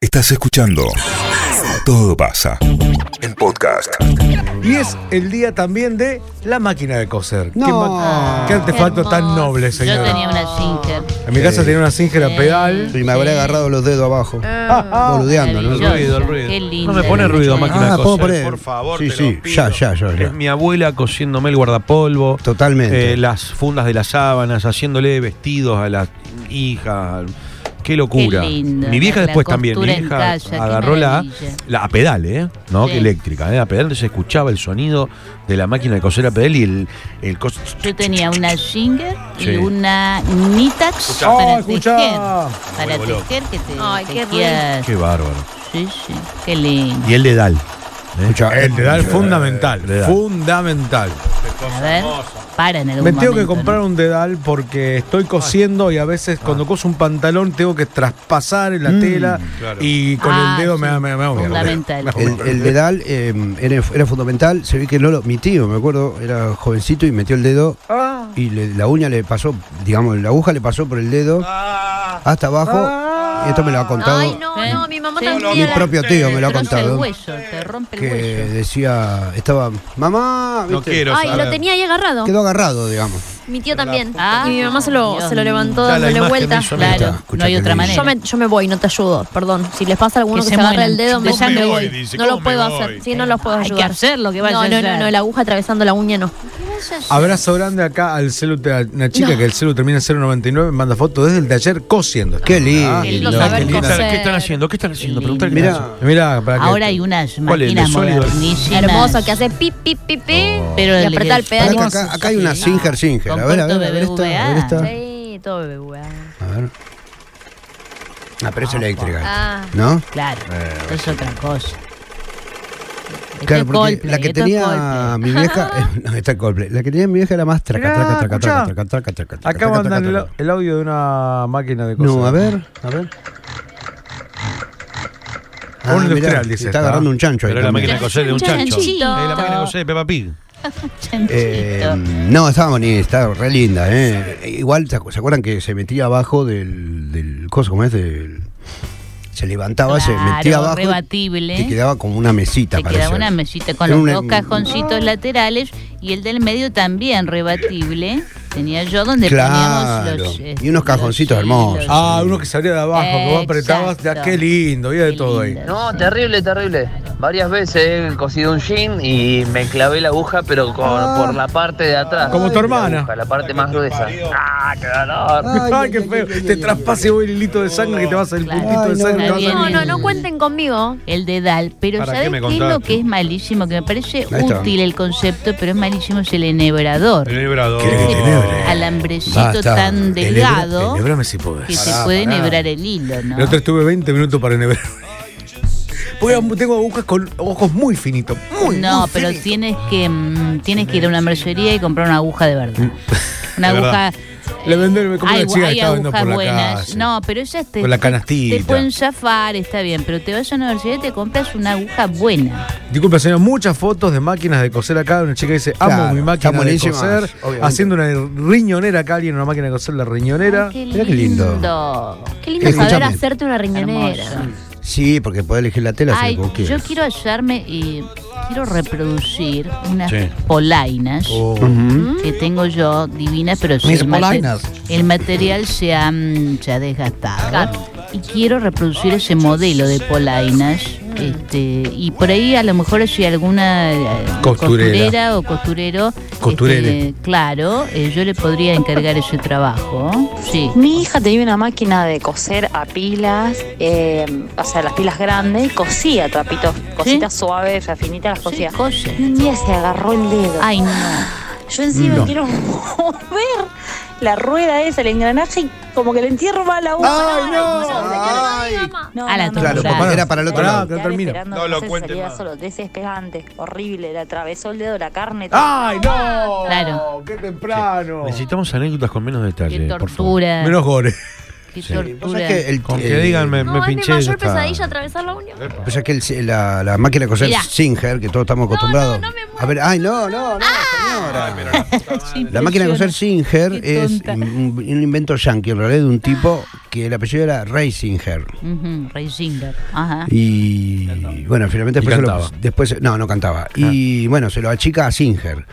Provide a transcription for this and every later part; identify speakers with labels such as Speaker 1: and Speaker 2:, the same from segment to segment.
Speaker 1: Estás escuchando Todo pasa. El podcast.
Speaker 2: Y es el día también de la máquina de coser.
Speaker 3: No.
Speaker 2: Qué ma- Qué artefacto tan noble,
Speaker 4: Yo tenía
Speaker 2: señora.
Speaker 4: una Singer.
Speaker 2: En mi casa tenía una Singer a pedal.
Speaker 3: Sí, me habré agarrado los dedos abajo.
Speaker 4: Ah.
Speaker 3: boludeando, ¿no?
Speaker 4: Maravillosa.
Speaker 5: ruido, el ruido.
Speaker 4: Qué linda.
Speaker 5: No me pone ruido, máquina
Speaker 3: Ah,
Speaker 5: de
Speaker 3: ¿puedo
Speaker 5: coser,
Speaker 3: poner?
Speaker 5: por favor.
Speaker 3: Sí,
Speaker 5: te
Speaker 3: sí,
Speaker 5: lo pido.
Speaker 3: ya, ya, ya, ya.
Speaker 5: Es mi abuela cosiéndome el guardapolvo.
Speaker 3: Totalmente.
Speaker 5: eh, las fundas de las sábanas, haciéndole vestidos a las hijas. Qué locura.
Speaker 4: Qué lindo,
Speaker 5: mi vieja
Speaker 4: la- la
Speaker 5: después también, mi
Speaker 4: costura en
Speaker 5: hija
Speaker 4: casa, qué
Speaker 5: agarró la,
Speaker 4: maravilla.
Speaker 5: la a pedal, ¿eh? ¿No?
Speaker 4: Sí.
Speaker 5: Que eléctrica, ¿eh? A pedal se escuchaba el sonido de la máquina de coser a pedal y el, el cos-
Speaker 4: Yo tenía una Singer y
Speaker 5: Sí.
Speaker 4: una Nitax
Speaker 5: Escuchá.
Speaker 4: para
Speaker 2: Oh, escuchá.
Speaker 4: tejer. Para
Speaker 5: Vuelvo loco.
Speaker 4: tejer que te
Speaker 6: Ay, qué
Speaker 4: tejías.
Speaker 5: Qué bárbaro.
Speaker 4: Sí, sí. Qué lindo.
Speaker 5: Y el dedal.
Speaker 3: Escuchá,
Speaker 2: El dedal fundamental.
Speaker 5: Dedal.
Speaker 2: Fundamental.
Speaker 4: A ver, para en algún
Speaker 2: Me
Speaker 4: momento.
Speaker 2: tengo que comprar
Speaker 4: ¿no?
Speaker 2: un dedal porque estoy cosiendo y a veces cuando coso un pantalón tengo que traspasar en la tela
Speaker 5: claro.
Speaker 2: y con
Speaker 4: Ah,
Speaker 2: el dedo
Speaker 4: sí.
Speaker 2: me, me, me hago mierda.
Speaker 4: Fundamental.
Speaker 2: Me hago
Speaker 3: El,
Speaker 2: mierda.
Speaker 3: el dedal eh, era, era fundamental. Se ve que Lolo, mi tío, me acuerdo, era jovencito y metió el dedo
Speaker 2: Ah.
Speaker 3: y le- la uña le pasó, digamos, la aguja le pasó por el dedo hasta abajo.
Speaker 2: Ah.
Speaker 3: Esto me lo ha contado
Speaker 6: Ay, no,
Speaker 4: ¿Eh?
Speaker 6: no, mi mamá
Speaker 4: Sí.
Speaker 6: también.
Speaker 3: mi
Speaker 6: era-
Speaker 3: propio tío, me lo ha
Speaker 4: Te rompe el
Speaker 3: contado.
Speaker 4: hueso, te rompe el
Speaker 3: Que
Speaker 4: hueso.
Speaker 3: decía, estaba, mamá,
Speaker 5: No
Speaker 3: ¿viste?
Speaker 5: quiero
Speaker 6: Ay,
Speaker 5: saber.
Speaker 6: lo tenía ahí agarrado.
Speaker 3: quedó agarrado, digamos.
Speaker 6: Mi tío también.
Speaker 4: puta.
Speaker 6: y mi mamá se lo,
Speaker 4: Dios
Speaker 6: se lo
Speaker 4: mío.
Speaker 6: levantó
Speaker 5: Ya la
Speaker 6: dándole
Speaker 5: imagen
Speaker 6: vuelta.
Speaker 5: me hizo
Speaker 3: Claro.
Speaker 4: Claro, no hay
Speaker 3: Escuchá,
Speaker 4: otra
Speaker 3: qué
Speaker 4: manera.
Speaker 3: lindo.
Speaker 6: Yo me, yo me voy, no te ayudo, perdón. Si les pasa a alguno
Speaker 4: Que se
Speaker 6: que, se agarra
Speaker 4: mueran.
Speaker 6: el dedo, me,
Speaker 4: Yo me
Speaker 6: me
Speaker 4: voy,
Speaker 6: voy.
Speaker 7: dice,
Speaker 6: no lo
Speaker 7: ¿cómo me
Speaker 6: puedo
Speaker 7: voy?
Speaker 6: hacer. Sí, no los puedo
Speaker 4: Hay
Speaker 6: ayudar.
Speaker 4: que hacerlo, que vaya
Speaker 6: no,
Speaker 4: a
Speaker 6: no,
Speaker 4: ser.
Speaker 6: no, no, la aguja atravesando la uña no.
Speaker 2: Abrazo grande acá al celu, a una chica que el celu termina en 099, manda fotos desde el taller cosiendo.
Speaker 3: Qué lindo.
Speaker 2: Ah,
Speaker 4: lindo
Speaker 3: qué
Speaker 4: saber
Speaker 5: ¿Qué
Speaker 3: lindo.
Speaker 5: están,
Speaker 6: coser.
Speaker 5: qué están haciendo? ¿Qué están haciendo?
Speaker 4: Qué lindo.
Speaker 5: Preguntale.
Speaker 3: Mirá,
Speaker 2: Mirá, para que-
Speaker 4: Ahora hay unas
Speaker 5: ¿Cuál es? ¿De
Speaker 4: máquinas
Speaker 5: sólido?
Speaker 4: modernísimas.
Speaker 6: Hermoso, que hace pip, pip, pip, pip.
Speaker 4: Oh. Pero
Speaker 6: y
Speaker 4: el-
Speaker 6: apretar el
Speaker 3: Pará
Speaker 6: pedal. y-
Speaker 3: que acá, acá hay una
Speaker 4: Sí,
Speaker 3: Singer
Speaker 4: no.
Speaker 3: Singer. A ver, a ver, a ver esta. A ver esta.
Speaker 6: Sí, todo bebé, weá.
Speaker 3: A ver. Ah, pero es eléctrica.
Speaker 6: Ah.
Speaker 3: ¿No?
Speaker 4: Claro, es otra cosa. Esto
Speaker 3: Eh, Claro,
Speaker 4: es
Speaker 3: porque
Speaker 4: Coldplay,
Speaker 3: la que
Speaker 4: esto es
Speaker 3: tenía
Speaker 4: Coldplay.
Speaker 3: mi vieja. eh, no, está Coldplay. La que tenía mi vieja era más traca,
Speaker 2: Mirá,
Speaker 3: traca, traca,
Speaker 2: escuchá.
Speaker 3: traca, traca, traca, traca, traca.
Speaker 2: Acá
Speaker 3: traca,
Speaker 2: mandan
Speaker 3: traca,
Speaker 2: el,
Speaker 3: traca.
Speaker 2: el audio de una máquina de coser.
Speaker 3: No, a ver, a ver.
Speaker 2: Un industrial,
Speaker 3: Ah, mirá,
Speaker 2: dice
Speaker 3: Está
Speaker 2: esta.
Speaker 3: agarrando un chancho ahí.
Speaker 5: Pero la
Speaker 3: también.
Speaker 5: máquina de coser de un chancho. Es
Speaker 4: Chanchito.
Speaker 5: la máquina de coser de Peppa Pig.
Speaker 4: Chanchito.
Speaker 3: Eh, no, estaba bonita, estaba re linda. Eh. Igual, ¿se acu- ¿se acuerdan que se metía abajo del, del coso? ¿Cómo es? Del- se levantaba, se
Speaker 4: Claro,
Speaker 3: metía abajo. y
Speaker 4: rebatible.
Speaker 3: Te quedaba como una mesita,
Speaker 4: Se
Speaker 3: parecía.
Speaker 4: quedaba una mesita con
Speaker 3: Era
Speaker 4: los
Speaker 3: una-
Speaker 4: dos cajoncitos laterales y el del medio también rebatible. Tenía yo donde
Speaker 3: Claro,
Speaker 4: poníamos los. eh,
Speaker 3: y unos
Speaker 4: los
Speaker 3: cajoncitos
Speaker 4: hilos.
Speaker 3: hermosos.
Speaker 2: Ah, uno que salía de abajo, que vos apretabas.
Speaker 4: Exacto.
Speaker 2: Qué lindo, había de
Speaker 4: Qué
Speaker 2: todo ahí.
Speaker 4: lindo.
Speaker 8: No, terrible, terrible. Varias veces he cosido un jean y me clavé la aguja, pero con- por la parte de atrás.
Speaker 2: Como tu
Speaker 8: La
Speaker 2: hermana.
Speaker 8: aguja, la parte más gruesa. ¡Ah, qué dolor!
Speaker 2: Ay, qué feo. Te traspase vos el hilito de sangre que te vas el
Speaker 4: Claro.
Speaker 2: puntito de
Speaker 3: Ay, no,
Speaker 2: sangre.
Speaker 4: no,
Speaker 2: te vas a-
Speaker 6: No, no, no cuenten conmigo.
Speaker 4: El dedal, pero
Speaker 5: ¿Para
Speaker 4: ¿sabés
Speaker 5: qué me
Speaker 4: qué, es lo
Speaker 5: contaste?
Speaker 4: que es malísimo? Que me parece
Speaker 3: Ahí está.
Speaker 4: útil el concepto, pero es malísimo, es el enhebrador.
Speaker 5: El vibrador.
Speaker 3: ¿Querés que te enhebre?
Speaker 4: Alambrecito
Speaker 3: Basta.
Speaker 2: Enhebra-
Speaker 4: tan delgado
Speaker 2: enhebrame si podés.
Speaker 4: que se puede enhebrar el hilo, ¿no?
Speaker 2: El otro estuve 20 minutos para enhebrar. Porque am- tengo agujas con ojos muy finitos. Muy,
Speaker 4: No,
Speaker 2: muy
Speaker 4: pero
Speaker 2: finitos.
Speaker 4: tienes que mm, tienes que ir a una mercería y comprar una aguja de verdad.
Speaker 3: Mm.
Speaker 4: Una
Speaker 5: De
Speaker 4: aguja. eh,
Speaker 5: verdad.
Speaker 2: Le venden- me compré
Speaker 4: hay,
Speaker 2: una chica que
Speaker 4: hay
Speaker 2: estaba vendiendo
Speaker 4: agujas
Speaker 2: por la
Speaker 4: buenas.
Speaker 2: calle.
Speaker 4: No, pero esas te,
Speaker 2: Con la
Speaker 4: te-
Speaker 2: canastita.
Speaker 4: te pueden zafar, está bien, pero te vas a una mercería y te compras una aguja buena.
Speaker 2: Disculpa, señor, muchas fotos de máquinas de coser acá. Una chica que dice, amo
Speaker 3: Claro,
Speaker 2: mi
Speaker 3: están
Speaker 2: máquina de
Speaker 3: buenísimas,
Speaker 2: coser.
Speaker 3: obviamente.
Speaker 2: Haciendo una riñonera acá, alguien en una máquina de coser la riñonera.
Speaker 4: Ay,
Speaker 3: Mirá qué lindo.
Speaker 6: Qué lindo
Speaker 3: Escuchame.
Speaker 6: saber hacerte una riñonera.
Speaker 4: Hermoso.
Speaker 3: Sí, porque podés elegir la tela
Speaker 4: Ay,
Speaker 3: si vos
Speaker 4: yo
Speaker 3: quieres.
Speaker 4: quiero hallarme y quiero reproducir unas
Speaker 5: Sí.
Speaker 4: polainas
Speaker 2: Oh.
Speaker 3: Ujú.
Speaker 4: que tengo yo divinas, pero sí,
Speaker 3: Oh. Mis
Speaker 4: el, mate-
Speaker 3: polainas.
Speaker 4: el material se ha, mm, se ha desgastado.
Speaker 3: Ah.
Speaker 6: Claro.
Speaker 4: Y quiero reproducir ese modelo de polainas. Este, y por ahí a lo mejor si alguna eh,
Speaker 2: Costurera.
Speaker 4: o costurero,
Speaker 2: Costurere.
Speaker 4: este, claro, eh, yo le podría encargar ese trabajo. Sí.
Speaker 9: Mi hija tenía una máquina de coser a pilas, eh, o sea, las pilas grandes, y cosía trapitos, cositas suaves, afinitas las
Speaker 4: Sí,
Speaker 9: cosía.
Speaker 4: cose.
Speaker 9: Y un día se agarró el dedo.
Speaker 4: Ay, no.
Speaker 9: Yo encima quiero mover la rueda esa, el engranaje, y como que le entierro mal la aguja.
Speaker 3: ¡Ay, no!
Speaker 6: Ay,
Speaker 9: No,
Speaker 4: A la
Speaker 9: no, no,
Speaker 3: Claro,
Speaker 4: Claro.
Speaker 3: porque era para el otro
Speaker 2: Pará,
Speaker 3: lado.
Speaker 2: que no termino.
Speaker 9: Esperando
Speaker 7: No lo
Speaker 9: que se
Speaker 7: cuenten
Speaker 9: saliera
Speaker 7: más.
Speaker 9: solo, desesperante, horrible, le atravesó el dedo la carne. todo.
Speaker 2: ¡Ay, no!
Speaker 4: Claro.
Speaker 2: ¡Qué temprano!
Speaker 5: Necesitamos anécdotas con menos detalle.
Speaker 4: Qué
Speaker 5: por favor.
Speaker 4: tortura.
Speaker 2: Menos gore.
Speaker 4: Qué
Speaker 5: Sí.
Speaker 3: Vos sabés
Speaker 4: tortura.
Speaker 3: que el-
Speaker 5: Con
Speaker 3: eh,
Speaker 5: que digan, me, me
Speaker 6: No, es mi
Speaker 5: pinché. ya
Speaker 6: mayor
Speaker 5: está.
Speaker 6: pesadilla atravesar la uña.
Speaker 3: O sea que el- la, la máquina de coser
Speaker 4: Mirá.
Speaker 3: Singer, que todos estamos acostumbrados.
Speaker 6: no, no me muero.
Speaker 3: a ver, ay, no, no, no. señora.
Speaker 4: Ah.
Speaker 3: señora.
Speaker 4: Sí,
Speaker 3: La máquina de coser
Speaker 4: funciona.
Speaker 3: Singer
Speaker 4: Qué
Speaker 3: es
Speaker 4: tonta.
Speaker 3: un, un invento yankee, en realidad, de un tipo que el apellido era Reisinger.
Speaker 4: Ujú, Reisinger. Ajá.
Speaker 3: Y bueno, finalmente
Speaker 5: Y
Speaker 3: después, se lo-
Speaker 5: cantaba.
Speaker 3: después- no, no cantaba. Y bueno, se lo achica a Singer.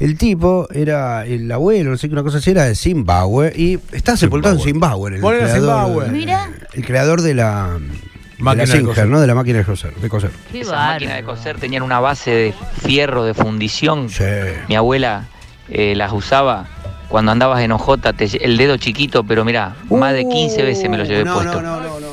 Speaker 3: El tipo era el abuelo, no sé qué, una cosa así, era de Zimbabue y está sepultado en Zimbabue. El
Speaker 2: Ponele a
Speaker 3: creador,
Speaker 2: Zimbabue.
Speaker 4: Mira.
Speaker 3: El creador de la, de
Speaker 2: Máquina
Speaker 3: la
Speaker 2: de
Speaker 3: Singer,
Speaker 2: coser.
Speaker 3: ¿no? De la máquina de coser. De coser.
Speaker 4: Qué
Speaker 8: Esas máquinas de
Speaker 4: bárbaro.
Speaker 8: coser tenían una base de fierro, de fundición.
Speaker 3: Sí.
Speaker 8: Mi abuela eh, las usaba cuando andabas en Ojota, te lle- el dedo chiquito, pero mira, más de 15 veces me lo llevé
Speaker 3: Uh. no,
Speaker 8: puesto.
Speaker 3: No, no, no, no, no.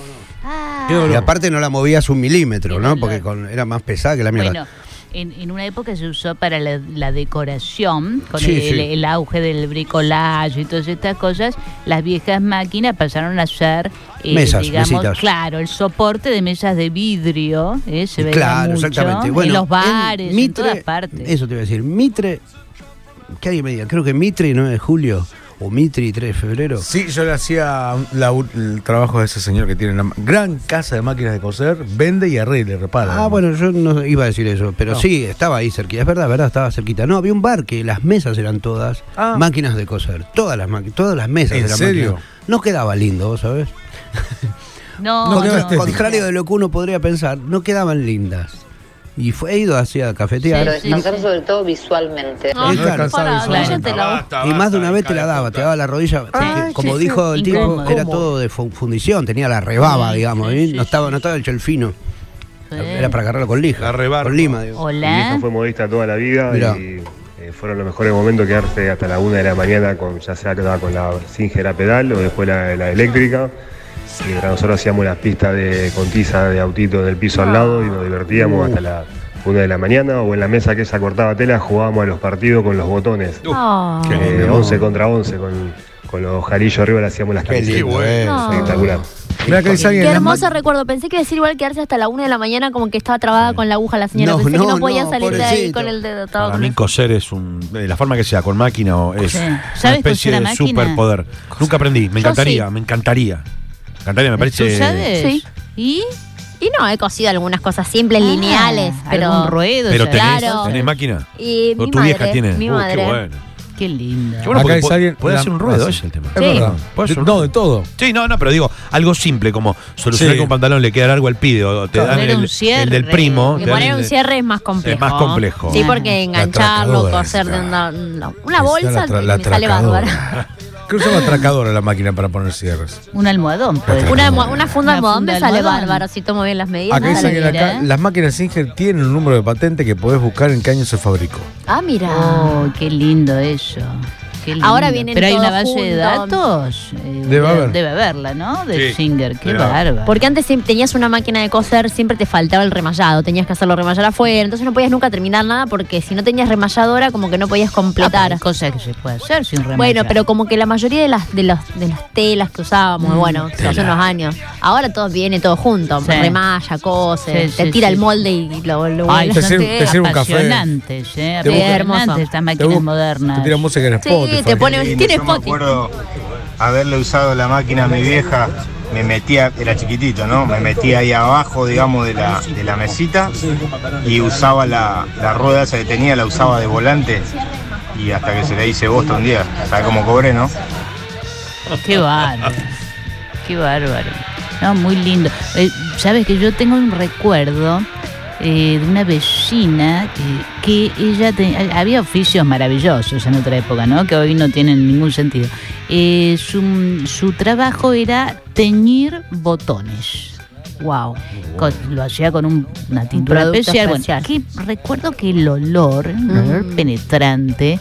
Speaker 4: Ah.
Speaker 2: Qué dolor.
Speaker 3: Y aparte no la movías un milímetro,
Speaker 4: Qué
Speaker 3: ¿no?
Speaker 4: dolor.
Speaker 3: Porque con- era más pesada que la mierda.
Speaker 4: Bueno, en, en una época se usó para la, la decoración, con
Speaker 3: Sí,
Speaker 4: el,
Speaker 3: sí.
Speaker 4: el auge del bricolaje y todas estas cosas, las viejas máquinas pasaron a ser, eh,
Speaker 3: Mesas,
Speaker 4: digamos,
Speaker 3: mesitas.
Speaker 4: claro, el soporte de mesas de vidrio, eh, se veía
Speaker 3: claro,
Speaker 4: mucho
Speaker 3: exactamente.
Speaker 4: en
Speaker 3: Bueno,
Speaker 4: los bares, en,
Speaker 3: Mitre-
Speaker 4: todas partes.
Speaker 3: Eso te voy a decir. Mitre, que alguien me diga, creo que Mitre 9 de julio o Mitre y 3 de febrero.
Speaker 2: Sí, yo le hacía un- la u- el trabajo de ese señor que tiene una gran casa de máquinas de coser, vende y arregla y repara.
Speaker 3: Ah, bueno, yo no iba a decir eso, pero
Speaker 2: No.
Speaker 3: sí, estaba ahí cerquita. Es verdad, verdad, estaba cerquita. No, había un bar que las mesas eran todas
Speaker 2: Ah.
Speaker 3: máquinas de coser. Todas las, maqui- todas las mesas
Speaker 2: ¿En
Speaker 3: eran
Speaker 2: serio?
Speaker 3: máquinas. No quedaba lindo, ¿vos sabés?
Speaker 4: No,
Speaker 2: No,
Speaker 4: no,
Speaker 2: quedaba
Speaker 4: no.
Speaker 2: estético.
Speaker 3: Contrario de lo que uno podría pensar, no quedaban lindas. Y fue, he ido hacia cafetear.
Speaker 4: Pero
Speaker 9: Pero
Speaker 4: Sí, descansar
Speaker 9: descansar
Speaker 4: sí.
Speaker 9: sobre todo visualmente.
Speaker 6: No,
Speaker 3: Es
Speaker 6: para,
Speaker 2: cansado
Speaker 6: para,
Speaker 2: visualmente.
Speaker 6: yo Ah, te la
Speaker 3: Y más de una vez te la daba, te daba la rodilla. porque,
Speaker 4: sí,
Speaker 3: como
Speaker 4: sí,
Speaker 3: dijo el tipo,
Speaker 4: incómodo.
Speaker 3: era todo de fu- fundición, tenía la rebaba,
Speaker 4: Sí,
Speaker 3: digamos.
Speaker 4: sí,
Speaker 3: ¿eh?
Speaker 4: sí,
Speaker 3: no, estaba, no estaba el cholfino. Era para agarrarlo con lija.
Speaker 5: La rebarba.
Speaker 3: Con lima, digo.
Speaker 7: Mi vieja
Speaker 4: Hola.
Speaker 7: fue modista toda la vida
Speaker 3: Mirá.
Speaker 7: y eh, fueron los mejores momentos quedarse hasta la una de la mañana, con, ya sea que estaba con la Singer a pedal o después la, la eléctrica. Mientras nosotros hacíamos las pistas de, con tiza de autito en el piso
Speaker 9: Ah.
Speaker 7: al lado y nos divertíamos hasta la una de la mañana o en la mesa que ella cortaba tela jugábamos a los partidos con los botones.
Speaker 6: Oh,
Speaker 5: Qué
Speaker 7: Eh,
Speaker 5: lindo.
Speaker 7: 11 contra 11 con, con los jarillos arriba le hacíamos las
Speaker 3: Qué
Speaker 7: camisetas.
Speaker 3: lindo, eh.
Speaker 6: No.
Speaker 7: Espectacular.
Speaker 2: Mirá que dice
Speaker 6: Qué
Speaker 2: alguien, las
Speaker 6: hermoso
Speaker 2: ma-
Speaker 6: recuerdo. Pensé que iba a decir igual quedarse hasta la una de la mañana como que estaba trabada con la aguja la señora.
Speaker 3: No,
Speaker 6: Pensé
Speaker 3: no,
Speaker 6: que no podía
Speaker 3: no,
Speaker 6: salir de ahí
Speaker 3: pobrecito.
Speaker 6: con el dedo. todo
Speaker 5: Para mí coser es un, de la forma que sea, con máquina o es
Speaker 4: Sí.
Speaker 5: una
Speaker 4: ¿Sabes coser
Speaker 5: especie
Speaker 4: a
Speaker 5: de
Speaker 4: máquina?
Speaker 5: superpoder. Nunca aprendí, me
Speaker 6: Yo
Speaker 5: encantaría,
Speaker 6: sí.
Speaker 5: me encantaría. Me encantaría, me parece.
Speaker 4: ¿Tú sabes?
Speaker 6: Sí.
Speaker 4: ¿Y?
Speaker 6: Y no, he cosido algunas cosas simples, lineales,
Speaker 4: Ah,
Speaker 6: pero...
Speaker 4: algún ruedo.
Speaker 5: Pero
Speaker 4: ¿sabes?
Speaker 5: tenés,
Speaker 6: Claro.
Speaker 5: tenés máquina.
Speaker 4: Eh,
Speaker 6: Y
Speaker 5: o
Speaker 6: mi
Speaker 5: tu
Speaker 6: madre,
Speaker 5: vieja tiene.
Speaker 6: mi
Speaker 5: Uh,
Speaker 6: madre.
Speaker 5: Qué bueno.
Speaker 4: Qué linda.
Speaker 5: Qué bueno,
Speaker 2: Acá
Speaker 5: porque
Speaker 2: dice
Speaker 5: po-
Speaker 2: alguien,
Speaker 5: puede
Speaker 2: la-
Speaker 5: hacer un ruedo,
Speaker 2: ah,
Speaker 5: ese
Speaker 2: sí.
Speaker 5: es el tema.
Speaker 2: Es verdad.
Speaker 5: Puede
Speaker 2: De-
Speaker 5: ser un
Speaker 2: no,
Speaker 5: ruedo.
Speaker 2: de todo.
Speaker 5: Sí, no, no, pero digo, algo simple como solucionar
Speaker 2: Sí.
Speaker 5: que un pantalón le queda largo al pibe o te dan
Speaker 4: Poner
Speaker 5: el,
Speaker 4: un
Speaker 5: el
Speaker 4: cierre.
Speaker 5: del primo.
Speaker 4: Y
Speaker 6: Y
Speaker 5: te dan
Speaker 6: poner
Speaker 5: el
Speaker 6: un
Speaker 5: de-
Speaker 6: cierre es más complejo.
Speaker 5: Es más complejo.
Speaker 6: Sí,
Speaker 4: Claro.
Speaker 6: porque engancharlo,
Speaker 2: atracadora
Speaker 6: coser de
Speaker 2: esa.
Speaker 6: una, una- una
Speaker 2: Está
Speaker 6: bolsa,
Speaker 2: tra-
Speaker 6: me sale
Speaker 2: atracadora.
Speaker 6: bárbara.
Speaker 2: Creo que se llama atracadora la máquina para poner cierres.
Speaker 4: Un almohadón, pues.
Speaker 6: Una, almo- una funda
Speaker 4: Una
Speaker 6: almohadón me
Speaker 4: funda
Speaker 6: sale
Speaker 4: almohadón.
Speaker 6: bárbaro si tomo bien las medidas.
Speaker 2: Acá
Speaker 6: me
Speaker 2: dice
Speaker 6: sale
Speaker 2: alguien
Speaker 4: la
Speaker 6: bien.
Speaker 2: acá,
Speaker 4: mira, ¿eh?
Speaker 2: las máquinas Singer tienen un número de patente que podés buscar en qué año se fabricó.
Speaker 6: Ah, mira.
Speaker 4: Oh, qué lindo eso. Qué lindo.
Speaker 6: Ahora vienen
Speaker 4: Pero hay una base
Speaker 6: todos
Speaker 4: de
Speaker 6: juntos.
Speaker 4: datos. eh,
Speaker 2: Debe haber.
Speaker 4: Debe haberla, ¿no? De
Speaker 5: Sí,
Speaker 4: Singer. Qué
Speaker 5: debe
Speaker 4: bárbaro.
Speaker 6: Porque antes siempre tenías una máquina de coser, siempre te faltaba el remallado, tenías que hacerlo remallar afuera, entonces no podías nunca terminar nada porque si no tenías remalladora como que no podías
Speaker 4: Ah, pero
Speaker 6: completar.
Speaker 4: hay cosas que se puede hacer sin remallar.
Speaker 6: Bueno, pero como que la mayoría de las de los, de las telas que usábamos, bueno, hace unos años, ahora todo viene todo junto,
Speaker 4: Mm. Sí.
Speaker 6: remalla, cose,
Speaker 4: Sí,
Speaker 6: te
Speaker 4: sí,
Speaker 6: tira
Speaker 4: sí.
Speaker 6: el molde y lo, lo
Speaker 4: Ay,
Speaker 2: te
Speaker 4: son
Speaker 2: sirve- te sirve un café.
Speaker 4: apasionantes, ¿eh?
Speaker 2: Te
Speaker 4: Apasionantes
Speaker 6: busca-
Speaker 4: estas
Speaker 2: Te
Speaker 4: máquinas
Speaker 2: bu- Te
Speaker 4: modernas.
Speaker 2: tira música en
Speaker 6: Sí,
Speaker 2: Spotify.
Speaker 6: te pone, tiene Spotify.
Speaker 7: haberle usado la máquina a mi vieja, me metía, era chiquitito, ¿no? Me metía ahí abajo, digamos, de la, de la mesita y usaba la, la rueda esa que tenía, la usaba de volante y hasta que se le hice bosta un día. ¿Sabes cómo cobré, no?
Speaker 4: Qué bárbaro. Qué bárbaro. No, muy lindo. Eh, Sabes que yo tengo un recuerdo eh, de una vecina que, que ella te- había oficios maravillosos en otra época, ¿no? Que hoy no tienen ningún sentido. Eh, su, su trabajo era teñir botones. Wow, lo hacía con un- una tintura
Speaker 6: producto
Speaker 4: especial. Bueno,
Speaker 6: especial.
Speaker 4: que recuerdo que el olor, un olor
Speaker 6: Mm.
Speaker 4: penetrante,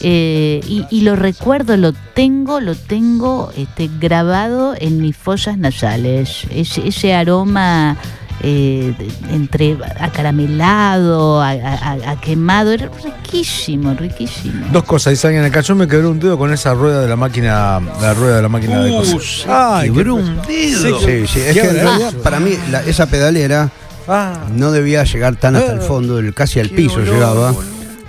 Speaker 4: eh, y, y lo recuerdo, lo tengo, lo tengo este, grabado en mis fosas nasales. Ese, ese aroma eh, de- entre acaramelado, a, a- a quemado, era riquísimo, riquísimo.
Speaker 2: Dos cosas, dice alguien acá. Yo me quebré un dedo con esa rueda de la máquina, la rueda de la máquina
Speaker 4: Uh,
Speaker 2: de coser. Ay, qué
Speaker 5: Quebró un dedo.
Speaker 3: Sí, sí,
Speaker 2: Qué
Speaker 3: es que en
Speaker 2: abrazo.
Speaker 3: realidad, para mí, la- esa pedalera
Speaker 2: Ah.
Speaker 3: no debía llegar tan hasta el fondo, del- casi al piso llegaba.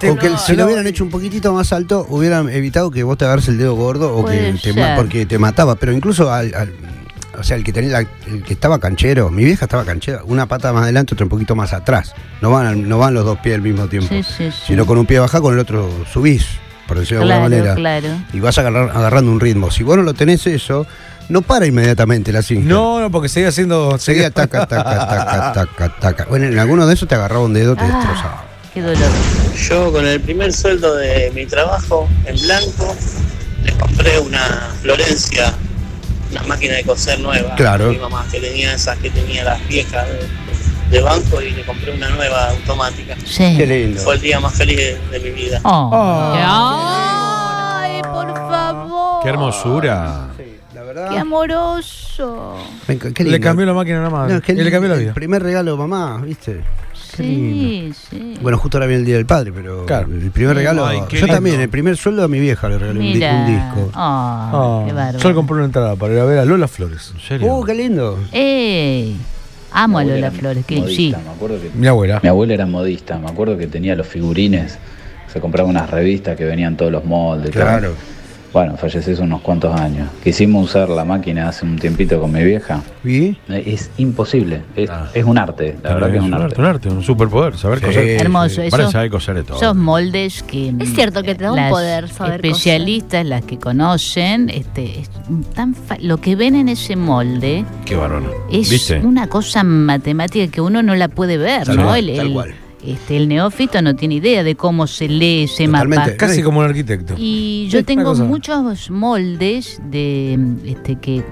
Speaker 3: Porque el- si lo hubieran hecho un poquitito más alto, hubieran evitado que vos te agarres el dedo gordo o que
Speaker 4: Puede
Speaker 3: te
Speaker 4: ser.
Speaker 3: ma- porque te mataba. Pero incluso al, al- o sea, el que tenía la- el que estaba canchero, mi vieja estaba canchera, una pata más adelante, otra un poquito más atrás. No van, al- no van los dos pies al mismo tiempo.
Speaker 4: Sí, sí, sí.
Speaker 3: Sino con un pie baja, con el otro subís, por decirlo de alguna manera.
Speaker 4: Claro, claro.
Speaker 3: Y vas agarrar- agarrando un ritmo. Si vos no lo tenés eso, no para inmediatamente la cinta.
Speaker 2: No, no, porque seguía haciendo.
Speaker 3: Seguía taca, taca, taca, taca, taca. Bueno, en alguno de esos te agarraba un dedo, te
Speaker 4: Ah.
Speaker 3: destrozaba.
Speaker 4: Qué dolor.
Speaker 10: Yo con el primer sueldo de mi trabajo en blanco le compré una Florencia, una máquina de coser nueva.
Speaker 3: Claro.
Speaker 10: a Mi mamá que tenía esas que tenía las viejas de, de banco y le compré una nueva automática.
Speaker 3: Qué
Speaker 4: Sí.
Speaker 3: lindo.
Speaker 10: Fue el día más feliz de, de mi vida.
Speaker 4: Oh.
Speaker 3: Ah.
Speaker 2: Oh.
Speaker 4: Ay, por favor.
Speaker 5: Qué hermosura.
Speaker 3: La
Speaker 4: Qué
Speaker 3: verdad.
Speaker 4: amoroso.
Speaker 3: me enc- qué
Speaker 2: Le
Speaker 3: lindo.
Speaker 2: cambió la máquina nada más.
Speaker 3: No, qué
Speaker 2: y le cambió la
Speaker 3: lindo.
Speaker 2: vida.
Speaker 3: El primer regalo de mamá, ¿viste? Qué
Speaker 4: Sí, sí.
Speaker 3: Bueno, justo ahora viene el Día del Padre, pero
Speaker 2: Claro.
Speaker 3: el primer regalo.
Speaker 5: Ay, qué
Speaker 3: yo
Speaker 5: lindo.
Speaker 3: también, el primer sueldo a mi vieja le regalé un, di-
Speaker 4: Mira.
Speaker 3: un
Speaker 4: Ah,
Speaker 3: disco.
Speaker 4: Ay,
Speaker 2: Oh,
Speaker 4: qué bárbaro.
Speaker 2: Yo le compré una entrada para ir a ver a Lola Flores.
Speaker 5: ¿En serio?
Speaker 3: Uh, qué lindo.
Speaker 4: Ey, amo a Lola Flores. Que, sí.
Speaker 11: Me acuerdo que
Speaker 2: Mi abuela.
Speaker 11: mi abuela era modista, me acuerdo que tenía los figurines, se compraba unas revistas que venían todos los moldes. todo. Bueno, falleció hace unos cuantos años. Quisimos usar la máquina hace un tiempito con mi vieja.
Speaker 3: ¿Y?
Speaker 11: Eh, Es imposible, es, es un arte, la verdad que Ah. es un arte.
Speaker 5: Un arte, un superpoder, saber
Speaker 3: Sí.
Speaker 5: coser.
Speaker 4: Hermoso.
Speaker 5: Van a
Speaker 4: Esos,
Speaker 5: saber coser de todo.
Speaker 4: esos moldes que. mm,
Speaker 6: Es cierto que te da un
Speaker 4: las
Speaker 6: poder saber
Speaker 4: Especialistas, las que conocen, este, es tan fa- lo que ven en ese molde
Speaker 5: Qué varón.
Speaker 4: es
Speaker 5: ¿Viste?
Speaker 4: una cosa matemática que uno no la puede ver,
Speaker 3: Tal
Speaker 4: ¿no?
Speaker 3: cual,
Speaker 4: el,
Speaker 3: tal
Speaker 4: el-
Speaker 3: cual.
Speaker 4: Este, el neófito no tiene idea de cómo se lee ese mapa.
Speaker 3: Totalmente.
Speaker 2: Casi como un arquitecto.
Speaker 4: Y
Speaker 2: Sí,
Speaker 4: yo
Speaker 2: una
Speaker 4: tengo
Speaker 2: cosa.
Speaker 4: muchos moldes de mm, este que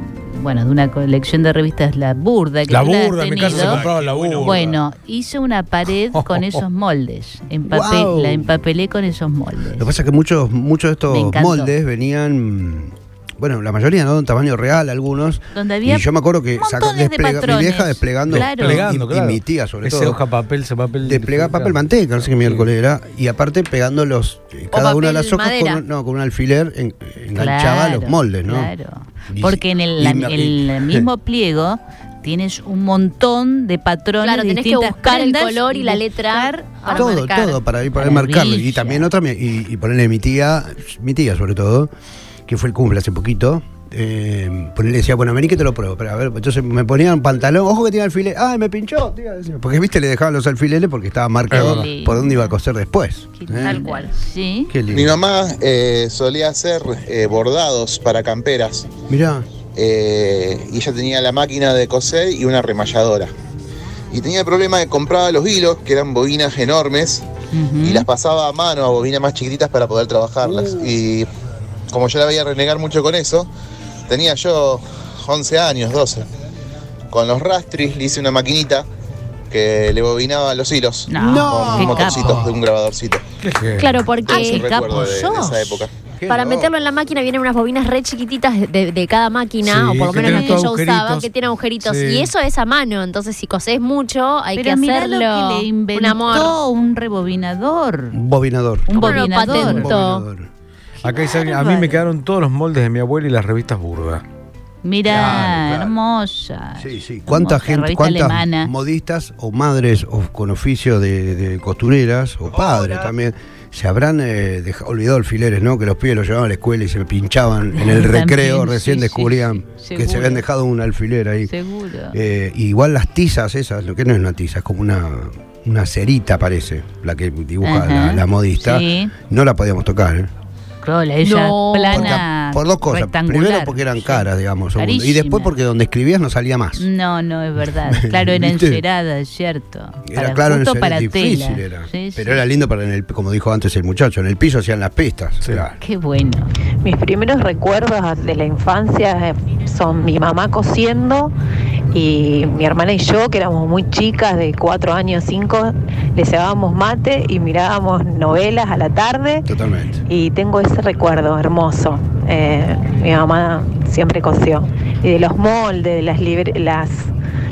Speaker 4: bueno, de una colección de revistas La Burda que
Speaker 2: La
Speaker 4: tú has
Speaker 2: burda, en mi casa se
Speaker 4: tenido.
Speaker 2: compraba la burda.
Speaker 4: Bueno, hice una pared con esos moldes. Empapé-
Speaker 3: Guau.
Speaker 4: La empapelé con esos moldes.
Speaker 3: Lo que pasa es que muchos, muchos de
Speaker 4: Me
Speaker 3: estos
Speaker 4: encantó.
Speaker 3: moldes venían. Bueno, la mayoría, ¿no? En tamaño real, algunos.
Speaker 4: Donde había
Speaker 3: y yo me acuerdo que saca-
Speaker 4: montones de
Speaker 3: despliega- mi
Speaker 4: patrones.
Speaker 3: vieja desplegando,
Speaker 4: Claro.
Speaker 2: Plegando,
Speaker 3: y, y
Speaker 2: claro.
Speaker 3: mi tía sobre
Speaker 2: Ese
Speaker 3: todo.
Speaker 2: hoja papel, ese papel.
Speaker 3: Desplegaba papel manteca, no sé qué miércoles era, y aparte pegando los, eh, cada
Speaker 6: papel
Speaker 3: una de las hojas con
Speaker 6: madera.
Speaker 3: un, no, con un alfiler en- enganchaba
Speaker 4: Claro,
Speaker 3: los moldes, ¿no?
Speaker 4: Claro.
Speaker 3: Y-
Speaker 4: Porque en el,
Speaker 3: y me- y-
Speaker 4: el mismo pliego tienes un montón de patrones.
Speaker 6: Claro, tenés que
Speaker 4: distintas
Speaker 6: buscar el
Speaker 4: prendas
Speaker 6: color y la letra
Speaker 4: buscar
Speaker 6: para
Speaker 3: todo,
Speaker 6: marcar.
Speaker 3: todo, para ir para
Speaker 4: Maravilla.
Speaker 3: marcarlo. Y también otra, mi- y, y ponerle mi tía, mi tía sobre todo, que fue el cumple hace poquito. Eh, ponerle decía, bueno, vení que te lo pruebo. Pero a ver, entonces me ponían pantalón, ojo que tiene alfiler, ay, me pinchó, tía", decía. porque viste, le dejaban los alfileres porque estaba marcado
Speaker 4: Qué lindo.
Speaker 3: por dónde iba a coser después.
Speaker 4: Qué
Speaker 3: ¿eh?
Speaker 4: tal cual. Sí.
Speaker 3: Qué lindo.
Speaker 10: Mi mamá eh, solía hacer eh, bordados para camperas
Speaker 3: Mirá,
Speaker 10: eh, y ella tenía la máquina de coser y una remalladora. Y tenía el problema de compraba los hilos, que eran bobinas enormes,
Speaker 4: Ujú. Uh.
Speaker 10: y las pasaba a mano a bobinas más chiquititas para poder trabajarlas. Y como yo la veía renegar mucho con eso, tenía yo 11 años, 12. Con los rastris le hice una maquinita que le bobinaba los hilos
Speaker 4: No,
Speaker 3: No.
Speaker 10: con
Speaker 4: qué
Speaker 10: motorcitos de
Speaker 4: capo.
Speaker 10: un grabadorcito.
Speaker 6: Claro,
Speaker 10: Ese
Speaker 4: Ah, sí,
Speaker 6: porque
Speaker 4: qué capo
Speaker 10: recuerdo de- de
Speaker 4: sos.
Speaker 10: esa época.
Speaker 3: qué
Speaker 6: para
Speaker 3: loco.
Speaker 6: meterlo en la máquina vienen unas bobinas re chiquititas de, de cada máquina,
Speaker 2: Sí,
Speaker 6: o por lo
Speaker 2: que
Speaker 6: menos las que
Speaker 2: tienen
Speaker 6: yo usaba,
Speaker 2: agujeritos.
Speaker 6: que tiene agujeritos.
Speaker 2: Sí.
Speaker 6: Y eso es a mano, entonces si cosés mucho hay
Speaker 4: Pero
Speaker 6: que
Speaker 4: mirá
Speaker 6: hacerlo.
Speaker 4: lo que le inventó
Speaker 6: un amor.
Speaker 4: un rebobinador.
Speaker 3: Un bobinador.
Speaker 4: Un
Speaker 6: ¿Cómo no lo
Speaker 4: bobinador.
Speaker 6: patentó?
Speaker 3: bobinador.
Speaker 2: Acá dice alguien, a mí me quedaron todos los moldes de mi abuela y las revistas burda.
Speaker 4: Mirá,
Speaker 3: Claro, claro.
Speaker 4: hermosa.
Speaker 3: Sí, sí. ¿Cuánta
Speaker 4: Hermosa,
Speaker 3: gente,
Speaker 4: revista
Speaker 3: cuántas
Speaker 4: alemana.
Speaker 3: modistas o madres o con oficio de, de costureras o padres también se habrán eh, deja- olvidado alfileres, ¿no? Que los pibes los llevaban a la escuela y se pinchaban en el
Speaker 4: También,
Speaker 3: recreo,
Speaker 4: sí,
Speaker 3: recién
Speaker 4: sí,
Speaker 3: descubrían
Speaker 4: sí,
Speaker 3: que se
Speaker 4: seguro.
Speaker 3: habían dejado un alfiler ahí.
Speaker 4: Seguro.
Speaker 3: Eh, igual las tizas esas, lo que no es una tiza, es como una, una cerita parece, la que dibuja
Speaker 4: Ajá.
Speaker 3: la, la modista,
Speaker 4: Sí.
Speaker 3: no la podíamos tocar, ¿eh?
Speaker 4: Rola, ella
Speaker 6: No.
Speaker 3: Por,
Speaker 4: plana.
Speaker 3: por dos cosas.
Speaker 4: rectangular.
Speaker 3: Primero porque eran
Speaker 4: Sí.
Speaker 3: caras, digamos. segundo. Y
Speaker 4: Carísimas.
Speaker 3: después porque donde escribías no salía más.
Speaker 4: No, no, es verdad. Claro, era
Speaker 3: ¿Viste?
Speaker 4: encerada, es cierto.
Speaker 3: Era
Speaker 4: Para-
Speaker 3: claro, en
Speaker 4: justo
Speaker 3: ese-
Speaker 4: para
Speaker 3: difícil
Speaker 4: tela.
Speaker 3: era.
Speaker 4: Sí,
Speaker 3: pero
Speaker 4: sí.
Speaker 3: era lindo para en el, como dijo antes el muchacho, en el piso hacían las pistas. Claro.
Speaker 4: Qué bueno.
Speaker 12: Mis primeros recuerdos de la infancia eh, son mi mamá cosiendo y mi hermana y yo, que éramos muy chicas, de cuatro años, cinco, le cebábamos mate y mirábamos novelas a la tarde
Speaker 3: Totalmente.
Speaker 12: y tengo ese recuerdo hermoso. Eh, mi mamá siempre cosió. Y de los moldes, de las, libre- las,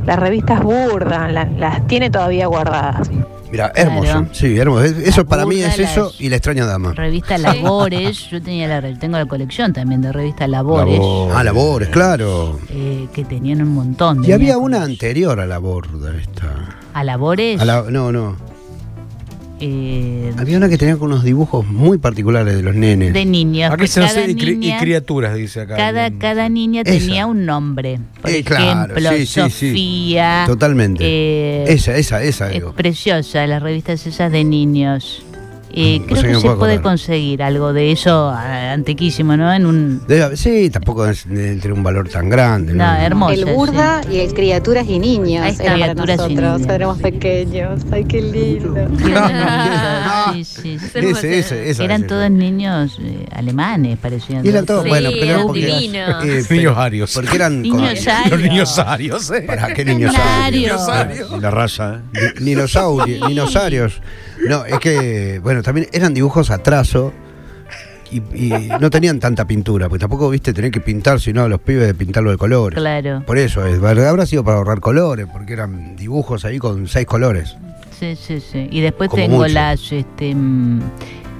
Speaker 12: las revistas burdas, la- las tiene todavía guardadas.
Speaker 3: Mira, hermoso.
Speaker 4: Claro.
Speaker 3: Sí, hermoso. Es- Eso
Speaker 4: La
Speaker 3: para mí es
Speaker 4: burla, la-
Speaker 3: eso y la extraña dama.
Speaker 4: Revista Labores, yo tenía la, re- tengo la colección también de revista Labores,
Speaker 5: Labor.
Speaker 3: Ah, labores, claro.
Speaker 4: eh, que tenían un montón.
Speaker 3: Y
Speaker 4: Venía
Speaker 3: había
Speaker 4: con-
Speaker 3: una anterior a la borda esta.
Speaker 4: ¿A Labores?
Speaker 3: A la- no, no.
Speaker 4: eh,
Speaker 3: Había una que tenía con unos dibujos muy particulares de los nenes.
Speaker 4: de
Speaker 3: Ah,
Speaker 4: niños.
Speaker 2: Acá
Speaker 4: pues
Speaker 2: se nos
Speaker 4: cada
Speaker 2: dice y, cri- y
Speaker 4: niña-
Speaker 2: criaturas, dice acá.
Speaker 4: Cada,
Speaker 2: alguien.
Speaker 4: cada niña
Speaker 2: Esa.
Speaker 4: tenía un nombre. Por
Speaker 3: Eh, claro,
Speaker 4: ejemplo,
Speaker 3: sí, sí, sí.
Speaker 4: Sofía.
Speaker 3: Totalmente.
Speaker 4: eh,
Speaker 3: esa, esa, esa.
Speaker 4: es
Speaker 3: digo.
Speaker 4: preciosa, las revistas esas de niños. Eh,
Speaker 3: Mm, o
Speaker 4: creo
Speaker 3: sea que
Speaker 4: que
Speaker 3: me
Speaker 4: se
Speaker 3: puedo
Speaker 4: puede
Speaker 3: acordar.
Speaker 4: conseguir algo de eso ah, antiquísimo, ¿no? En un.
Speaker 3: Debe haber- sí, tampoco es- eh, tiene un valor tan grande.
Speaker 4: No, hermoso.
Speaker 13: El burda y el criaturas y niños.
Speaker 4: Ahí está,
Speaker 13: era para
Speaker 4: criaturas y
Speaker 13: nosotros,
Speaker 4: niños.
Speaker 13: éramos pequeños. Ay, qué lindo.
Speaker 4: Ah, Sí, sí, sí.
Speaker 3: Ese, ese, esa,
Speaker 4: eran
Speaker 3: esa.
Speaker 4: todos niños eh, alemanes, parecían.
Speaker 3: Y eran todos,
Speaker 4: Sí,
Speaker 3: bueno, pero era porque,
Speaker 4: divinos.
Speaker 3: eh,
Speaker 2: Niños arios.
Speaker 3: porque eran con-
Speaker 4: Niños
Speaker 2: Los
Speaker 4: arios.
Speaker 2: niños arios, ¿eh?
Speaker 3: ¿Para qué niños arios?
Speaker 4: Niños arios.
Speaker 5: Y la raza, ¿eh?
Speaker 3: Ni- Dinosaurios, dinosaurios. No, es que, bueno, también eran dibujos a trazo y, y no tenían tanta pintura, porque tampoco, viste, tener que pintar, sino a los pibes de pintarlo de colores.
Speaker 4: Claro.
Speaker 3: Por eso, es, habrá sido para ahorrar colores, porque eran dibujos ahí con seis colores.
Speaker 4: Sí, sí, sí. Y después
Speaker 3: Como
Speaker 4: tengo
Speaker 3: mucho.
Speaker 4: las este mm,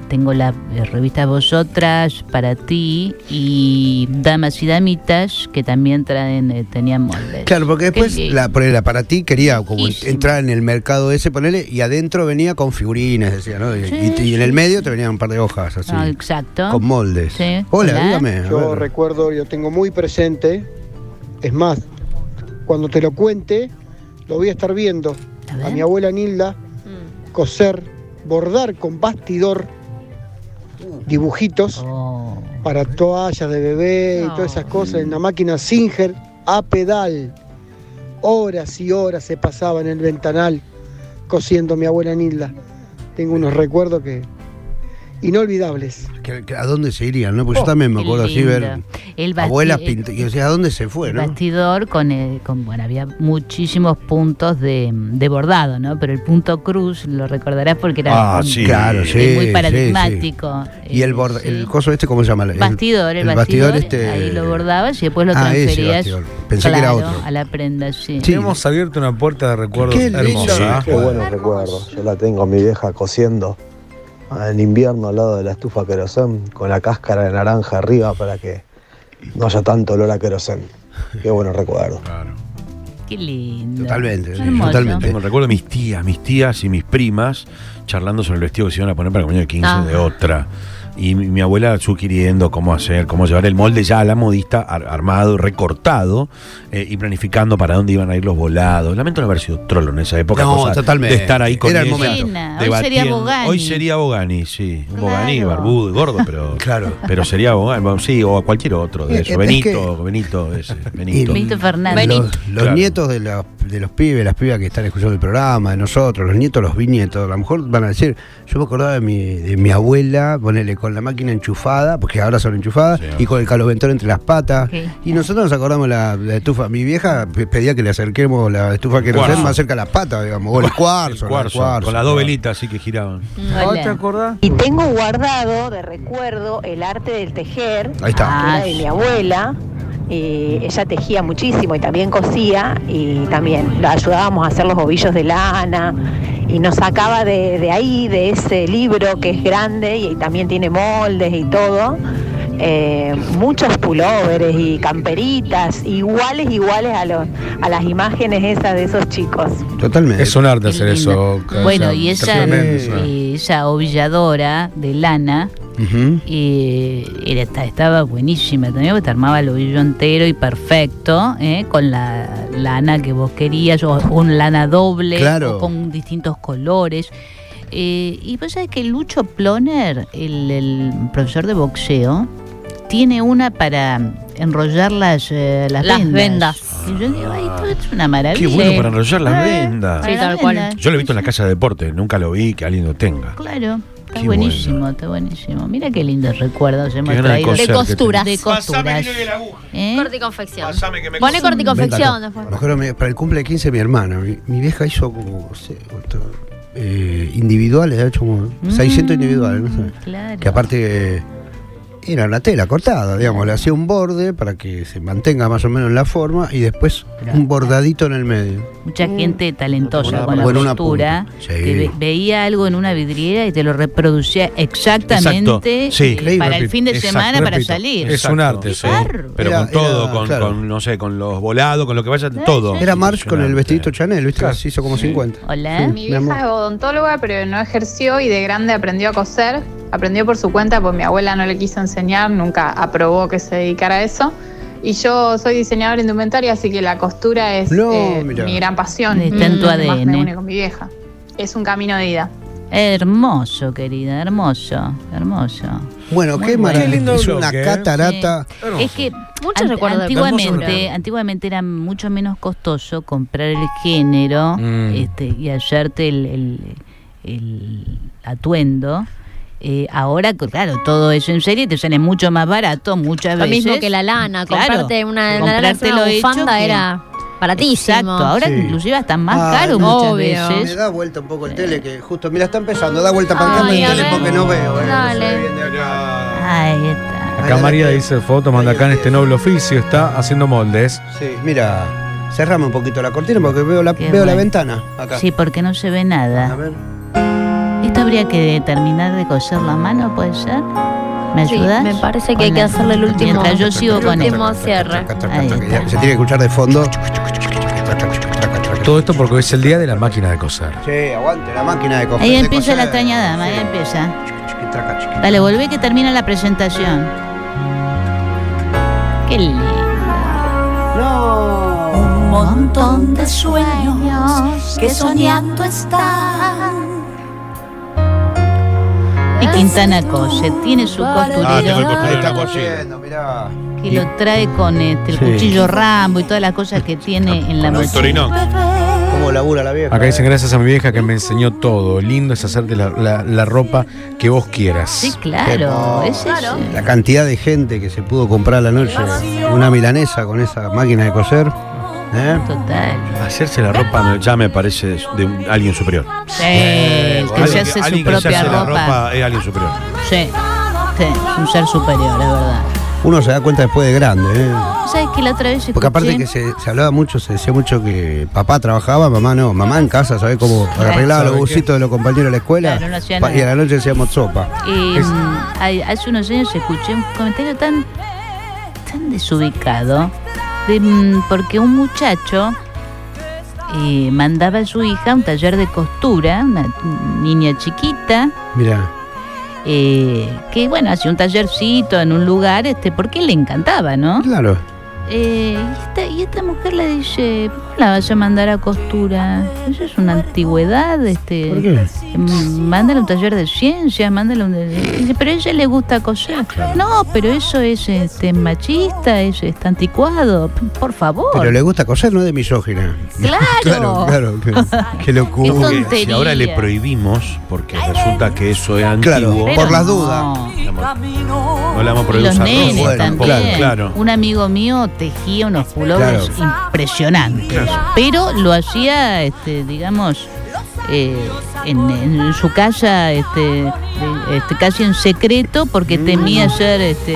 Speaker 4: tengo la eh, revista Vosotras para ti y Damas y Damitas que también traen eh, tenían moldes.
Speaker 3: Claro, porque después
Speaker 4: Qué
Speaker 3: la, ponele, la para ti quería como
Speaker 4: Riquísimo.
Speaker 3: entrar en el mercado ese, ponele, y adentro venía con figurines, decía, ¿no? Y, y- y en el medio te venían un par de hojas así.
Speaker 4: Ah, exacto.
Speaker 3: Con moldes.
Speaker 4: Sí.
Speaker 3: Hola, dígame. a
Speaker 14: Yo
Speaker 3: ver.
Speaker 14: recuerdo, yo tengo muy presente, es más, cuando te lo cuente, lo voy a estar viendo a, mi abuela Nilda coser, bordar con bastidor dibujitos
Speaker 4: Oh,
Speaker 14: para toallas de bebé y todas esas cosas en
Speaker 3: Mm.
Speaker 14: la máquina Singer a pedal. Horas y horas se pasaba en el ventanal cosiendo mi abuela Nilda. Tengo unos recuerdos que inolvidables.
Speaker 3: Que- que- ¿A dónde se irían? No? Porque
Speaker 14: Oh,
Speaker 3: yo también me
Speaker 14: qué
Speaker 3: acuerdo así
Speaker 4: lindo.
Speaker 3: ver
Speaker 4: El basti-
Speaker 3: abuelas
Speaker 4: el-
Speaker 3: pintadas. Y decía, ¿a dónde se fue?
Speaker 4: el
Speaker 3: ¿no?
Speaker 4: bastidor con, eh, con bueno, había muchísimos puntos de, de bordado, ¿no? Pero el punto cruz lo recordarás porque
Speaker 3: Ah,
Speaker 4: era un-
Speaker 3: sí. Claro,
Speaker 4: eh,
Speaker 3: sí, sí,
Speaker 4: muy paradigmático.
Speaker 3: Y el, borda- el coso este, ¿cómo se llama? El, este,
Speaker 4: Bastidor, el, bastidor, ahí lo bordabas y después lo
Speaker 3: Ah, ese
Speaker 4: transferías
Speaker 3: bastidor. Pensé que era
Speaker 4: claro,
Speaker 3: otro.
Speaker 4: a la prenda, sí.
Speaker 2: Hemos abierto una puerta de recuerdos
Speaker 15: Qué lindo.
Speaker 3: ¿eh?
Speaker 2: hermosa.
Speaker 15: Qué buenos recuerdos. Yo la tengo mi vieja cosiendo en invierno al lado de la estufa querosén con la cáscara de naranja arriba para que no haya tanto olor a querosén. Qué buenos recuerdos.
Speaker 4: Qué lindo.
Speaker 3: Totalmente, sí,
Speaker 4: Hermoso.
Speaker 3: totalmente.
Speaker 5: Tengo el recuerdo de mis tías, mis tías y mis primas charlando sobre el vestido que se iban a poner para el cumpleaños de 15
Speaker 4: Ah.
Speaker 5: de otra. Y mi, mi abuela sugiriendo cómo hacer, cómo llevar el molde ya a la modista ar- armado, recortado eh, y planificando para dónde iban a ir los volados. Lamento no haber sido trolo en esa época.
Speaker 3: No,
Speaker 5: cosa
Speaker 3: totalmente.
Speaker 5: De estar ahí con
Speaker 3: Era el
Speaker 5: ella,
Speaker 3: momento.
Speaker 4: Pena, hoy sería
Speaker 5: debatiendo.
Speaker 4: Bogani.
Speaker 5: Hoy sería Bogani, sí. Un Bogani,
Speaker 4: Claro.
Speaker 5: barbudo y gordo, pero.
Speaker 3: claro.
Speaker 5: Pero sería Bogani, bueno, sí, o a cualquier otro de
Speaker 3: Eh,
Speaker 5: eso.
Speaker 3: eh, es
Speaker 5: Benito, Benito, ese, Benito.
Speaker 4: Benito Fernández.
Speaker 3: Los, los
Speaker 5: Claro.
Speaker 3: nietos de, la- de los pibes, las pibas que están escuchando el programa, de nosotros, los nietos, los bisnietos, a lo mejor van a decir, yo me acordaba de mi, de mi abuela, ponele con la máquina enchufada, porque ahora son enchufadas, y con el caloventor entre las patas. Y nosotros nos acordamos la, la estufa. Mi vieja pe- pedía que le acerquemos la estufa que nos
Speaker 5: Cuarzo.
Speaker 3: den más cerca a las patas, digamos, o el cuarzo.
Speaker 5: El
Speaker 3: ¿no? El
Speaker 5: cuarzo, con las dos velitas así que giraban.
Speaker 2: ¿Te acordás?
Speaker 12: Y tengo guardado de recuerdo el arte del tejer.
Speaker 3: Ahí está.
Speaker 12: que era
Speaker 3: Ah,
Speaker 12: de
Speaker 3: sí.
Speaker 12: mi abuela. Y ella tejía muchísimo y también cosía y también la ayudábamos a hacer los ovillos de lana y nos sacaba de, de ahí, de ese libro que es grande y, también tiene moldes y todo. eh, muchos pulóveres y camperitas iguales iguales a los a las imágenes esas de esos chicos
Speaker 3: Totalmente.
Speaker 2: Es un arte hacer eso.
Speaker 4: Bueno, y esa,
Speaker 2: terriblemente es un arte.
Speaker 4: eh, esa ovilladora de lana
Speaker 3: Ujú.
Speaker 4: eh, era, esta- estaba buenísima también, porque te armaba el ovillo entero y perfecto, eh, con la lana que vos querías, o un lana doble,
Speaker 3: Claro.
Speaker 4: o con distintos colores. Eh, y vos sabés que Lucho Ploner, el, el profesor de boxeo, tiene una para enrollar las, eh, las,
Speaker 6: Las
Speaker 4: Y yo digo, ay, esto es una maravilla.
Speaker 5: Qué bueno para enrollar
Speaker 4: Eh.
Speaker 5: las vendas.
Speaker 4: Sí, tal cual.
Speaker 5: Yo lo he visto en la casa de deporte, nunca lo vi que alguien lo tenga.
Speaker 4: Claro, está
Speaker 5: Qué
Speaker 4: buenísimo, está buenísimo. Mira qué lindos recuerdos hemos
Speaker 5: ganas de
Speaker 4: traído.
Speaker 5: coser De que costuras.
Speaker 4: De
Speaker 5: tenés.
Speaker 4: costuras. ¿eh?
Speaker 6: Corte y confección.
Speaker 5: me
Speaker 6: Pone
Speaker 5: cose
Speaker 6: corte y
Speaker 5: un-
Speaker 6: confección
Speaker 3: Venga,
Speaker 6: después.
Speaker 3: Me acuerdo, me- para el cumple de 15 mi hermana, mi, mi vieja hizo como, no sé, cuánto, eh, individuales, ha hecho como 600 individuales, no sé.
Speaker 4: Mm. Claro.
Speaker 3: Que aparte eh, era una tela cortada, digamos, le hacía un borde para que se mantenga más o menos la forma y después un bordadito en el medio.
Speaker 4: Mucha gente talentosa con la costura
Speaker 3: punta.
Speaker 4: que ve-
Speaker 3: Sí.
Speaker 4: veía algo en una vidriera y te lo reproducía
Speaker 5: Exacto,
Speaker 4: exactamente
Speaker 5: sí.
Speaker 4: eh,
Speaker 5: Increíble,
Speaker 4: para el
Speaker 5: repito.
Speaker 4: fin de
Speaker 5: Exacto,
Speaker 4: semana para
Speaker 5: repito.
Speaker 4: salir.
Speaker 5: Es un arte, sí. Pero
Speaker 3: Era-
Speaker 5: con todo,
Speaker 3: era,
Speaker 5: con,
Speaker 3: claro.
Speaker 5: con, no sé, con los volados, con lo que vaya, todo.
Speaker 3: Era March con el vestidito Chanel, ¿viste? Que se hizo como 50.
Speaker 4: Hola.
Speaker 3: Sí,
Speaker 16: Mi
Speaker 3: mi amor.
Speaker 16: vieja es odontóloga, pero no ejerció y de grande aprendió a coser. Aprendió por su cuenta, pues mi abuela no le quiso enseñar, nunca aprobó que se dedicara a eso. Y yo soy diseñadora indumentaria, así que la costura es
Speaker 4: No,
Speaker 16: eh,
Speaker 4: mirá.
Speaker 16: mi gran pasión.
Speaker 4: Está
Speaker 12: Mm,
Speaker 4: en tu
Speaker 16: Más me
Speaker 4: ADN.
Speaker 16: une con mi vieja. Es un camino de ida.
Speaker 4: Hermoso, querida, hermoso, hermoso.
Speaker 3: Bueno,
Speaker 4: Muy
Speaker 3: qué
Speaker 4: bueno.
Speaker 3: maravilla. es una catarata.
Speaker 4: Sí. Es que
Speaker 6: Muchos
Speaker 4: an-
Speaker 6: recuerdos de hermoso
Speaker 4: antiguamente,
Speaker 6: recuerdo.
Speaker 4: antiguamente era mucho menos costoso comprar el género
Speaker 6: Mm.
Speaker 4: este, y hallarte el, el- el atuendo. Eh, ahora, claro, todo eso en serie te sale mucho más barato muchas
Speaker 6: Lo
Speaker 4: veces.
Speaker 6: mismo que la lana,
Speaker 4: Claro.
Speaker 6: comprarte una, la lana hacer
Speaker 4: Comprártelo
Speaker 6: una
Speaker 4: hecho
Speaker 6: bufanda
Speaker 4: que-
Speaker 6: era baratísimo.
Speaker 4: Exacto, ahora
Speaker 6: Sí.
Speaker 4: inclusive hasta más
Speaker 6: Ah,
Speaker 4: caro
Speaker 6: no,
Speaker 4: muchas
Speaker 6: obvio.
Speaker 3: Me
Speaker 4: veces.
Speaker 3: da vuelta un poco el tele, que justo, mira, está empezando, da vuelta para acá el
Speaker 6: Ay, a
Speaker 3: tele
Speaker 6: ver.
Speaker 3: porque no veo. eh.
Speaker 4: Ahí está.
Speaker 2: Acá María dice foto, manda acá en este noble oficio, está haciendo moldes.
Speaker 3: Sí, mira, cerrame un poquito la cortina porque veo la, veo la
Speaker 4: bueno.
Speaker 3: ventana acá.
Speaker 4: Sí, porque no se ve nada.
Speaker 3: A ver.
Speaker 4: Esto habría que terminar de coser la mano, ¿puede ser? ¿Me
Speaker 6: Sí,
Speaker 4: ayudas?
Speaker 6: me parece que hay que hacerle el último-
Speaker 4: Mientras yo sigo
Speaker 6: el
Speaker 4: con
Speaker 6: último
Speaker 4: esto.
Speaker 6: cierre.
Speaker 4: Ahí
Speaker 3: Que
Speaker 4: está.
Speaker 3: ya- Se tiene que escuchar de fondo.
Speaker 2: Todo esto porque hoy es el día de la máquina de coser.
Speaker 3: Sí, aguante la máquina de coser.
Speaker 4: Ahí
Speaker 3: de
Speaker 4: empieza la
Speaker 3: coser.
Speaker 4: extraña dama, ahí empieza.
Speaker 3: Chiqui, traca, chiqui.
Speaker 4: Dale, volvé que termina la presentación. Qué lindo.
Speaker 17: Un montón de sueños que soñando están.
Speaker 4: Y Quintana Cose tiene su
Speaker 17: Ah,
Speaker 4: costurero
Speaker 3: Ahí está cosiendo, mirá.
Speaker 4: que lo trae con este, el
Speaker 2: Sí.
Speaker 4: cuchillo Rambo y todas las cosas que tiene en la mochila.
Speaker 3: ¿Cómo labura la vieja? eh.
Speaker 2: Acá dicen gracias a mi vieja que me enseñó todo. Lindo es hacerte la, la- la ropa que vos quieras.
Speaker 4: Sí, claro,
Speaker 3: Qué
Speaker 4: es eso.
Speaker 3: La cantidad de gente que se pudo comprar la noche una milanesa con esa máquina de coser. ¿eh?
Speaker 4: Total.
Speaker 5: Hacerse la ropa no, ya me parece de un- alguien superior.
Speaker 4: Sí, el que se
Speaker 5: Alguien
Speaker 4: hace su
Speaker 5: alguien que se
Speaker 4: propia
Speaker 5: hace la
Speaker 4: ropa.
Speaker 5: ropa es alguien superior.
Speaker 4: Sí, sí, es un ser superior, es verdad.
Speaker 3: Uno se da cuenta después de grande. ¿eh?
Speaker 4: ¿Sabes que la otra vez
Speaker 3: Porque aparte
Speaker 4: escuché-
Speaker 3: que se, se hablaba mucho, se decía mucho que papá trabajaba, mamá no. Mamá en casa, ¿sabés cómo arreglaba los
Speaker 4: ¿Sabe
Speaker 3: busitos de los compañeros de la escuela?
Speaker 4: Claro, no hacía
Speaker 3: Pa-
Speaker 4: nada.
Speaker 3: y a la noche decíamos sopa.
Speaker 4: Eh, hay- hace unos años escuché un comentario tan, tan desubicado de, mm, porque un muchacho eh, mandaba a su hija a un taller de costura, una niña chiquita,
Speaker 3: Mirá,
Speaker 4: eh, que bueno, hacía un tallercito en un lugar, este, porque le encantaba, ¿no?
Speaker 3: claro.
Speaker 4: Eh, y, esta, y esta mujer le dice, ¿cómo la vas a mandar a costura? Eso es una antigüedad, este.
Speaker 3: ¿Por qué?
Speaker 4: Mm, Mándale un taller de ciencias, mándale un... Dice, Pero a ella le gusta coser. No, pero eso es este, machista, es, está anticuado. P- Por favor.
Speaker 3: Pero le gusta coser, no es de misógina. claro,
Speaker 4: Claro.
Speaker 3: claro. que- Qué locura.
Speaker 5: Porque
Speaker 4: tontería.
Speaker 5: si ahora le prohibimos, porque resulta que eso es
Speaker 3: Claro,
Speaker 5: antiguo.
Speaker 4: Pero
Speaker 3: por las
Speaker 4: no.
Speaker 3: dudas.
Speaker 5: No le vamos a
Speaker 4: Y
Speaker 5: prohibir
Speaker 4: los
Speaker 5: usar
Speaker 4: nenes
Speaker 5: ropa.
Speaker 4: también.
Speaker 5: Claro, claro.
Speaker 4: Un amigo mío tejía unos pulobres impresionantes. Pero lo hacía, este, digamos, eh, en, en su casa, este, de- este, casi en secreto, porque temía ser... Este,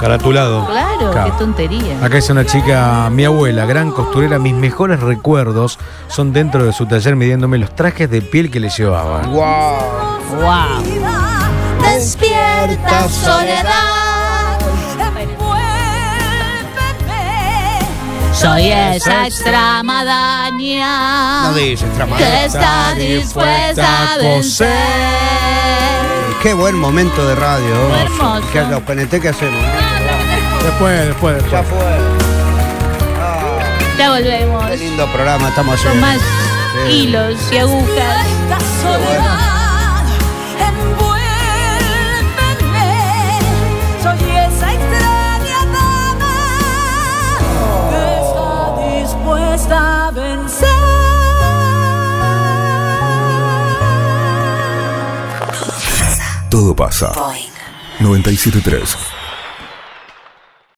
Speaker 5: Caratulado.
Speaker 4: claro,
Speaker 2: Claro.
Speaker 4: qué tontería.
Speaker 2: Acá dice una chica, mi abuela, gran costurera, mis mejores recuerdos son dentro de su taller midiéndome los trajes de piel que le llevaba.
Speaker 4: Wow.
Speaker 17: Despierta soledad.
Speaker 4: Soy esa extramadania
Speaker 3: No dice extramadania.
Speaker 4: que está dispuesta a vencer.
Speaker 3: Qué buen momento de radio.
Speaker 4: Fue hermoso.
Speaker 3: Que los PNT que hacemos.
Speaker 2: Después, después, después.
Speaker 3: Ya fue.
Speaker 4: Ya volvemos
Speaker 3: Qué lindo programa estamos haciendo.
Speaker 4: con más
Speaker 3: Sí.
Speaker 4: hilos y agujas.
Speaker 17: Soy esa extraña dama que está dispuesta a vencer.
Speaker 1: Todo pasa. 973.